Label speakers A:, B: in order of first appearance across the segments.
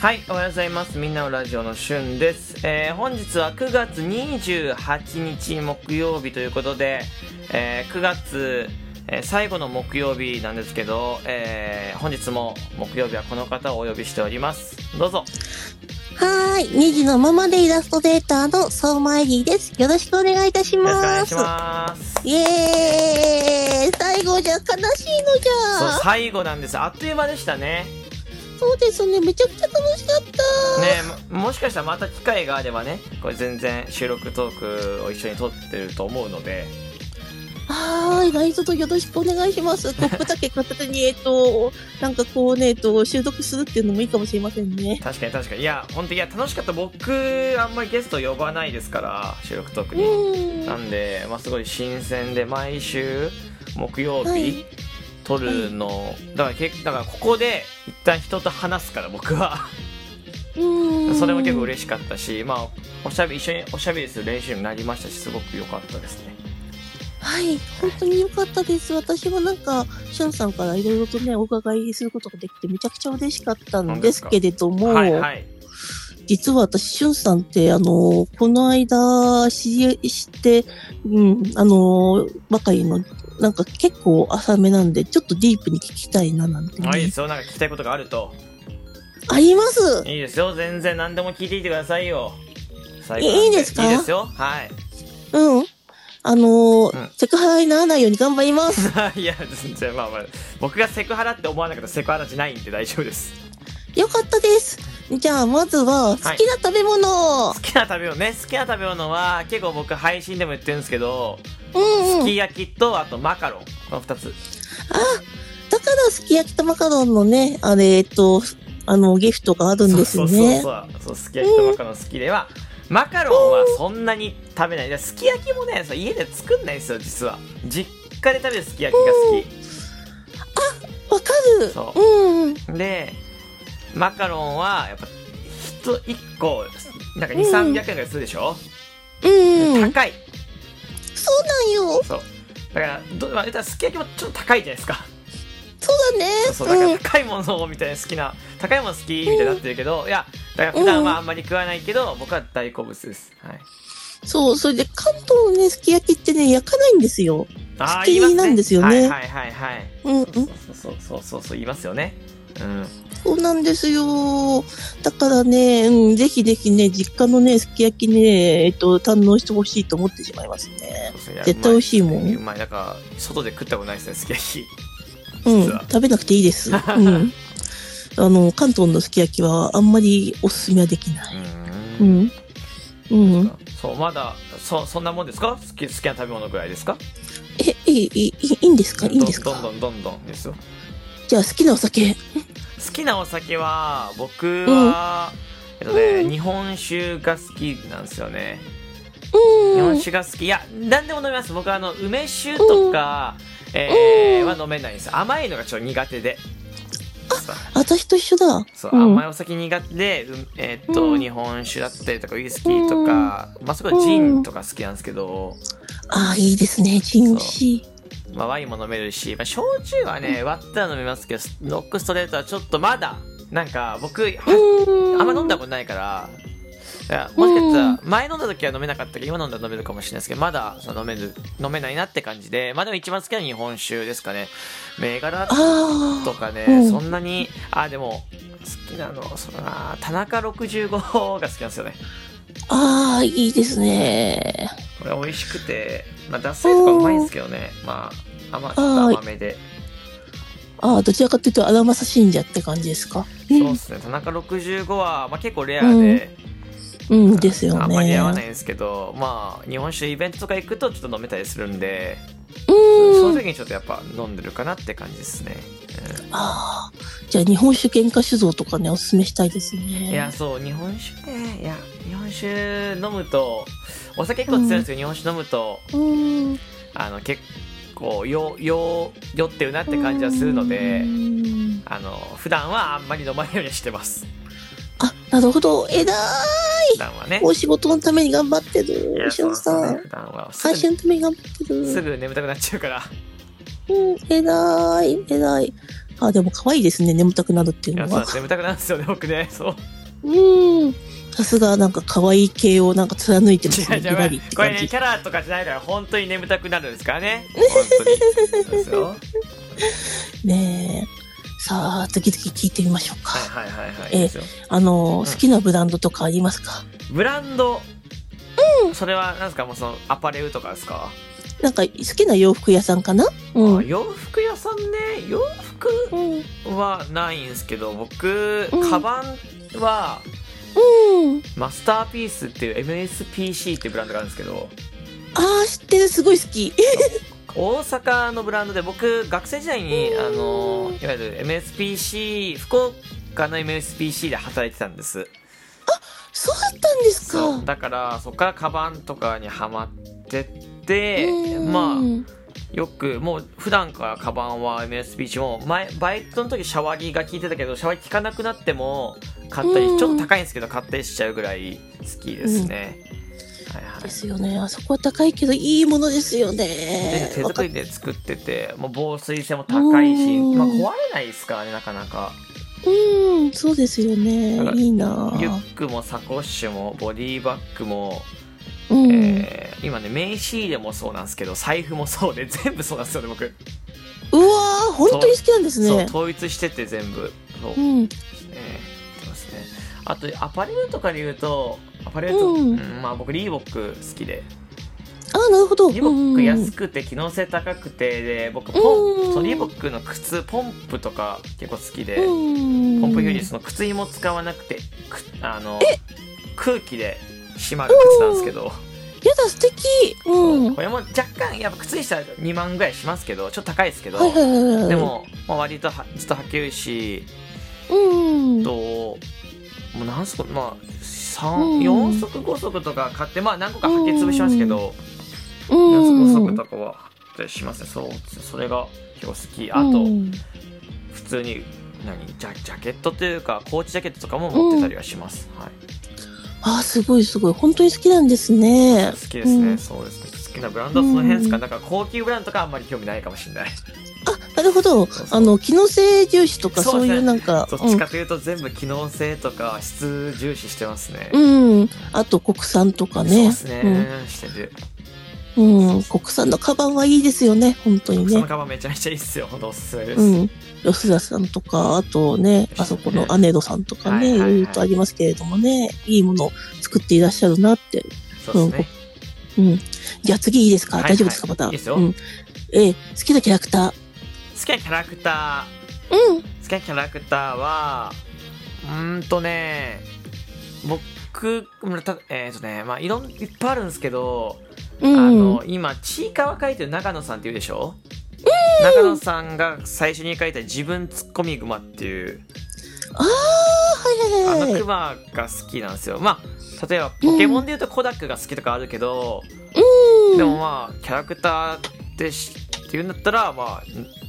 A: はい、おはようございます。みんなのラジオのしゅんです。えー本日は9月28日木曜日ということで、えー9月、えー最後の木曜日なんですけど、えー本日も木曜日はこの方をお呼びしております。どうぞ。
B: はーい。ネジのままでイラストレーターの相馬エリーです。よろしくお願いいたし
A: よろしくお願
B: ま
A: い
B: す。
A: します。
B: イエーイ最後じゃ悲しいのじ
A: そう
B: ゃ、
A: 最後なんです。あっという間でしたね。
B: そうですね。めちゃくちゃ楽しかった、
A: ねえももしかしたらまた機会があればね、これ全然収録トークを一緒に撮ってると思うので、
B: はーい。ライトとよろしくお願い します。コップだけ片手に、えっと、なんかこうね、えっと、収録するっていうのもいいかもしれませんね。
A: 確かに確かにいや本当にいや楽しかった僕あんまりゲスト呼ばないですから収録トーク
B: う
A: に、
B: ーん。
A: な
B: は
A: んで、まあ、すごい新鮮で毎週木曜日、
B: はい
A: 撮るのだからけだからここで一旦人と話すから僕は
B: うーん。
A: それも結構
B: しい。
A: 嬉しかったし、まあ、おしゃべ一緒におしゃべりする練習にもなりましたしすごく良かったですね
B: はい。本当に良かったです。私もなんか、シュンさんからいろいろとね、お伺いすることができて、めちゃくちゃ嬉しかったんですけれども、
A: はいはい
B: 実は私、しゅんさんって、あの、この間、知り合いして、うん、あの、ばかりの、なんか結構浅めなんで、ちょっとディープに聞きたいな、なんてね、
A: あいいですよなんか聞きたいことがあると
B: あります
A: いいですよ全然何でも聞いていてくださいよ最
B: えいいですか
A: いいですよはい
B: うん。あ
A: う
B: の、
A: ん
B: セクハラにならないように頑張ります。
A: いや全然まあまあ僕がセクハラって思わなかったらセクハラじゃないんで大丈夫です
B: よかったです。じゃあ、まずは、好きな食べ
A: 好
B: 物、
A: きな食べ物ね好きな食べ物は結構僕配信でも言ってるんですけど、
B: うんう
A: す
B: ん。
A: き焼きとあとマカロンこの2つ
B: だから、すき焼きとマカロンのね、あれ、えっと、あの、ギフトがあるんですよね。
A: そうそうそうそうすき焼きとマカロン好きでは、マカロンはそんなに食べないだからすき焼きもねそう家で作んないんですよ実は実家で食べるすき焼きが好
B: わかる。
A: そう
B: んうん。
A: きでマカロンはやっぱ1個なんか
B: うん
A: 2300円ぐらいするでしょ、
B: うんうん。
A: 高い
B: そうなんよ。
A: そうだからど、まあ、言ったらすき焼きもちょっと高いじゃないですか
B: そうだね。
A: そうだか
B: うん
A: ら高いものをみたいな好きな高いもの好きみたいになってるけど、いやだから普段はあんまり食わないけど、僕は大好物です、はい、
B: そう、それで関東のね、すき焼きってね、焼かないんですよ。
A: ああ
B: 好き
A: 言いま
B: なんですよね
A: はいはいはいはい
B: うん、うん、
A: そうそうそうそうそう言いますよねうん
B: そうなんですよ。だからね、うん、ぜひぜひね、実家のね、すき焼きね、えっと、堪能してほしいと思ってしまいますね。
A: そうそういや
B: 絶対美味しいも。
A: うまいうんまいだから外で食ったことないですねすき焼き
B: うん、
A: 実は
B: 食べなくてい いです。うん。あの、関東のすき焼きはあんまりおすすめはできな
A: う
B: い。
A: ー
B: うんん。うん。
A: そうまだそそんなもんですか好き好きな食べ物ぐらいですか
B: え、いい、いい、いいんですかいいんです
A: どん
B: か
A: どんどんどんどんですよ
B: じゃあ、好きなお酒。
A: 好きなお酒は僕は、えっとね、
B: うん
A: 日本酒が好きなんですよね、日
B: う
A: 本
B: ん。
A: 酒が好きいや何でも飲みます僕はあの梅酒とか、えー
B: うん
A: は飲めないんですよ甘いのがちょっと苦手でそう
B: 私と一緒だ。
A: そう、
B: うん
A: 甘いお酒苦手で、うんえーっと
B: うん
A: 日本酒だったりとかウイスキーとか、まあすごいジンとか好きなんですけど、
B: ああ、いいですね。ジン美味しい。
A: まあ、ワインも飲めるし、まあ、焼酎はね割ったら飲めますけどロックストレートはちょっとまだなんか僕
B: あ
A: あんま飲んだことないから、いやもしかしたら、前飲んだ時は飲めなかったけど、今飲んだら飲めるかもしれないですけど、まだその飲める、飲めないなって感じで、まあでも一番好きな日本酒ですかね。銘柄
B: あ
A: とかね、
B: うん
A: そんなに、あ、でも、好きなの、そうだな、田中65が好きなんですよね。
B: あ、ああ、いいですね。
A: これ美味しくて、まあ、脱菜とかうまいんですけどね、まあ、甘、ちょっと甘めで。
B: ああ、どちらかというと、荒政信者って感じですか。
A: そうですね、田中65は、まあ結構レアで、
B: うん、ですよね。
A: あんまり合わないんですけど、まあ、日本酒イベントとか行くとちょっと飲めたりするんで、その
B: うん。
A: 時にちょっとやっぱ飲んでるかなって感じですね、
B: ああ、じゃあ、日本酒喧嘩酒造とかね、おすすめしたいですね。
A: いやそう日本酒ねいや日本酒飲むとお酒結構強いんですけど、日本酒飲むと
B: うん。
A: あの結構よよ酔ってるなって感じはするので、
B: うん
A: あの普段はあんまり飲まないようにしてます
B: あ、なるほど。えら
A: 普段はね
B: い。お仕事のために頑張って
A: い
B: る。
A: や
B: し
A: そ
B: ゅ
A: うんそうね
B: さん。
A: 普段はす
B: 会社
A: ぐ
B: のために頑張ってる。
A: すぐ眠たくなっちゃうから
B: うん、偉い、偉い。あ、でも可愛いですね、眠たくなるってい
A: いうや
B: の
A: そうな
B: は
A: んで。す眠たくなるんですよね僕ね そう
B: うん。さすが、なんか可愛い系をなんか貫いてます
A: 違う
B: ね、
A: 違
B: ずばり
A: う
B: って
A: これ
B: 感
A: ね
B: じ
A: キ。ャラとかじゃないから本当に眠たくなるんですからね本当にそうですよ
B: ねえ。さあ、次々聞いてみましょうか。
A: はいはいはいはい
B: ええ
A: いいですよ
B: あの
A: うん
B: ー、好きなブランドとかありますか
A: ブランドそれはなんですかもうそのアパレルとかですか、
B: なんか好きな洋服屋さんかなう
A: あ
B: ん。
A: 洋服屋さんね洋服
B: うん。うん。
A: はないんですけど僕、
B: うん
A: カバンはマスターピースっていう MSPC っていうブランドがあるんですけど
B: ああ、知ってる、すごい好き。
A: 大阪のブランドで僕学生時代に
B: うん
A: あのいわゆる MSPC 福岡の MSPC で働いてたんです
B: そうだったんですか。
A: そうだからそこからカバンとかにはまってって
B: うん
A: まあよくもう普段からカバンは MSPC も前バイトの時シャワリーが効いてたけどシャワリー効かなくなっても買ったり
B: う
A: ち
B: ん
A: ょっと高いんですけど買ったりしちゃうぐらい好きですね、はいはい
B: ですよね。あそこは高いけど、いいものですよ
A: で
B: ね。
A: 手
B: わか
A: 作
B: っ
A: りで作っててもう防水性も高いし、
B: うん
A: まあ、壊れないですからねなかなか
B: うん、そうですよね
A: だから。
B: いいな
A: リュックもサコッシュもボディバッグも、
B: うん。
A: えー今ね名刺でもそうなんですけど財布もそうで全部そうなんですよね僕
B: うわー、本当に好きなんです
A: そう
B: ね。
A: 統一してて全部そう
B: うん。
A: えーやってますねあとアパレルとかで言うとアパレルと、
B: うん
A: うんまあ僕リーボック好きで
B: ああ、なるほど。
A: リーボッ
B: う
A: ク
B: ん
A: 安くて機能性高くてで僕ポン、
B: うん
A: そうリーボックの靴ポンプとか結構好きで、
B: うん。
A: ポンプよりその靴ひも使わなくてくあの空気で閉まる靴なんですけど、
B: やだ、素敵。うん。
A: これも若干やっぱ靴にしたら2万ぐらいしますけどちょっと高いですけど、
B: はいはいはいはい。
A: で、も、まあ、割とはずっと履けるし
B: うん。
A: どうもう何足まあ
B: う
A: 三
B: ん
A: 四足5足とか買ってまあ何個か履き潰しますけど
B: う
A: 4足
B: ん。
A: 5足とかは履ったりしますねそうそれが結構好きあと、
B: うん
A: 普通に何ジャジャケットというかコーチジャケットとかも持ってたりはします、はい
B: ああ、すごいすごい。本当に好きなんですね
A: 好。きですね、
B: うん
A: そうですね好きなブランドはその辺ですか、
B: うん
A: だから高級ブランドとかあんまり興味ないかもしれない
B: あ、なるほど
A: そう。
B: あの、機能性重視と か、
A: そう
B: そう
A: ですね
B: いうなんか。
A: どっちかというと全部機能性とか質重視してますね、
B: うん。うんあと、国産と
A: そ
B: か
A: うで
B: ね。
A: すね、してる
B: うん。国産のカバンはいいですよね。本当に
A: その
B: ね。
A: カバンめちゃめちゃいいっすよほんとおすすめです、
B: うん。吉田さんとか、あとね、あそこのアネドさんとかね、
A: はい
B: い
A: はいはい
B: ろいろとありますけれどもね、いいものを作っていらっしゃるなって
A: そうですね、
B: うん。じゃあ次いいですか、
A: はい
B: 大丈夫ですかまた。
A: はいいいですよ
B: うん。ええ好きなキャラクタ
A: 好きなキャラクタ
B: ー。うん。
A: ー好きなキャラクターはうーんとね僕うんたえっ、とねまあいろんいっぱいあるんですけど
B: うん。
A: あの今ちいかわ書いてる中野さんっていうでしょ中野さんが最初に書いた「自分ツッコミグマ」っていう
B: ああ、
A: あ
B: はいはい
A: の
B: はい
A: ク。マが好きなんですよまあ例えばポケモンでいうとコダックが好きとかあるけど、
B: うん。
A: でもまあキャラクターってしっていうんだったらまあ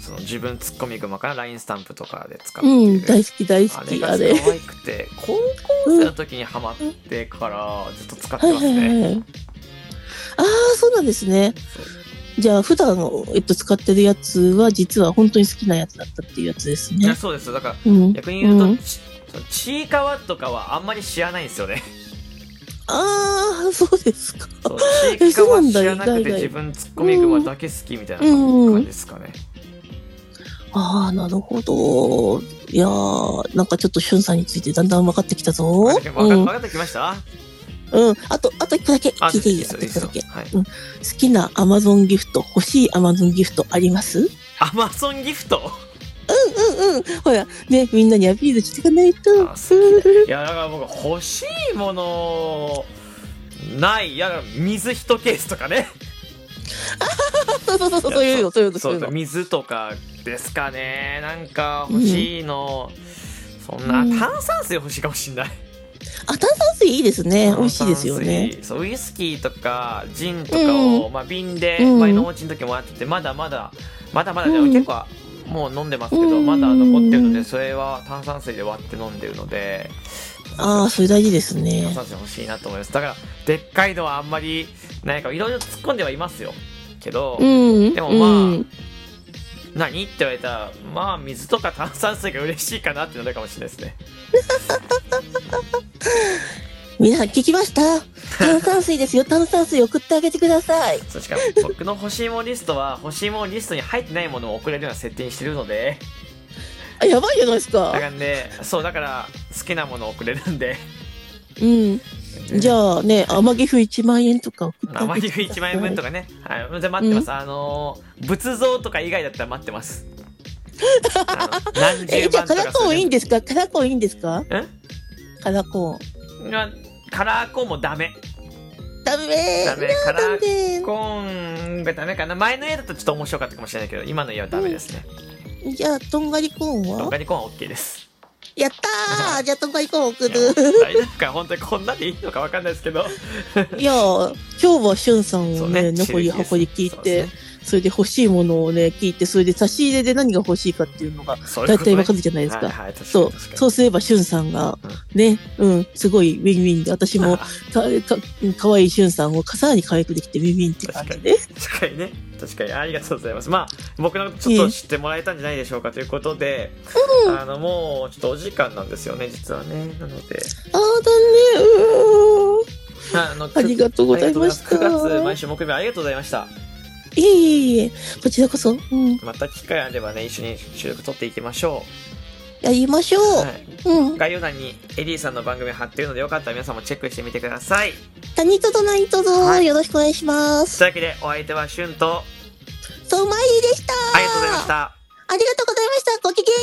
A: その自分ツッコミグマから LINE スタンプとかで使って
B: う
A: る、
B: ん、大好き大好
A: あれ
B: き、
A: が
B: あ
A: 可
B: れ。
A: 愛くて高校生の時にハマってからずっと使って
B: はい
A: ま
B: は
A: すね、
B: いはい。ああ、そうなんですね。
A: そう
B: じゃあ、普段、えっと、使ってるやつは、実は本当に好きなやつだったっていうやつです
A: いや
B: ね。
A: そうですよだから
B: うん。
A: 逆に言うと、
B: ん
A: ちそのちいかわとかはあんまり知らないんですよね
B: ああ、そうですか。
A: そうちいかわ知らな
B: えそうな
A: く
B: ん
A: て
B: だ
A: 自分ツッコミグマだけ好きみたいな
B: うん
A: 感じですかね、
B: ああ、なるほど。いやー、なんかちょっとしゅんさんについてだんだん分かってきたぞ。
A: わかわか
B: うん
A: わかってきました
B: うん。あと、あと一個だけ聞いていい
A: ですよです
B: あと
A: よ
B: 一個だけ
A: はい
B: 好きなアマゾンギフト、欲しいアマゾンギフトありますうん
A: アマゾンギフト
B: うんうん。ほら、ね、みんなにアピールしていかないと。
A: あ好きいやだから僕欲しいものないいや水一ケースとかね
B: そうそうそうそう、そういうの、そういうの、そう
A: そ
B: いう
A: う
B: の。
A: 水とかですかねなんか欲しいの、そんな
B: うん
A: 炭酸水欲しいかもしんない
B: あ、炭酸水いいですね。美味しいですよ
A: 炭
B: ね。
A: 酸水そうウイスキーとかジンとかを、まあ、瓶で
B: うん
A: 前のお家の時もらっててまだまだまだまだで、
B: うん
A: 結構もう飲んでますけど、
B: うん
A: まだ残ってるのでそれは炭酸水で割って飲んでるので
B: ああ、それ大事です
A: 炭
B: ね。
A: 酸水欲しいなと思いますだからでっかいのはあんまりないかいろいろ突っ込んではいますよけど、
B: うん。
A: でもまあ
B: うん
A: 何って言われたらまあ水とか炭酸水が嬉しいかなってなるかもしれないですね
B: 皆さん聞きました炭酸水ですよ。炭酸水送ってあげてください。
A: そうしかも僕の欲しいもんリストは欲しいもんリストに入ってないものを送れるような設定にしてるので
B: あ、やばいじゃないです
A: だ
B: か
A: か。らねそうだから好きなものを送れるんで
B: うん。じゃあね、天城府1万円とか送ってあ
A: 生
B: げて
A: 肉
B: くださ
A: 1
B: い。
A: 万円分とかね、はい、じゃあ待ってます、あのー仏像とか以外だったら待ってますあの何
B: え、
A: 十
B: じゃあ
A: 万と
B: カ
A: か
B: ラコーンいいん
A: で
B: ですかカラコーンいいんですか
A: え
B: カラコーン。
A: カラーコーンもダメ
B: ダメ
A: ダ
B: ー
A: メカラ
B: なん
A: ー
B: で
A: コーンがダメかな前の家だとちょっと面白かったかもしれないけど今の家はダメですね
B: じゃあ、とんがりコーン
A: ロ
B: は
A: ガリコーンは OK です
B: やったーじゃあ、とんがりコーン送
A: いや
B: る。
A: 大丈夫か本当にこんなでいいのか分かんないですけど
B: いやー、今日はしゅんさん
A: そ
B: を
A: うね
B: ね、残り
A: 刺激です
B: 箱に聞い
A: そう
B: て
A: ですね
B: それで欲しいものをね、聞いて、それで差し入れで何が欲しいかっていうのが、
A: そうい
B: 大
A: うことね
B: 体わかるじゃないです
A: はい
B: か。
A: はい確かに
B: そ
A: 確
B: う、
A: かに
B: そうすれば、しゅんさんが、ね、うん、すごいウィンウィンで、私も、か、か、かわいいしゅんさんをさらに可愛くできてウィンウィンって感じで。
A: 確かにね確かにありがとうございますまあ僕のちょっと知ってもらえたんじゃないでしょうかということで、あのもうちょっとお時間なんですよね実はねなので
B: あーだね、うーん。
A: あの
B: ありがとうございました
A: ありがとうございます9月毎週木曜日ありがとうございました
B: いえいえいえ、こちらこそ、うん、
A: また機会あればね一緒に収録取っていきましょ
B: やりましょう。
A: う、はい、
B: うん。
A: 概要欄にエリーさんの番組貼ってるのでよかったら皆さんもチェックしてみてください
B: 何とぞ何とぞ、
A: はい
B: よろしくお願いします。
A: というわけでお相手はしゅんと
B: そうまいりでした。
A: ありがとうございました
B: ありがとうございました。ごきげんよう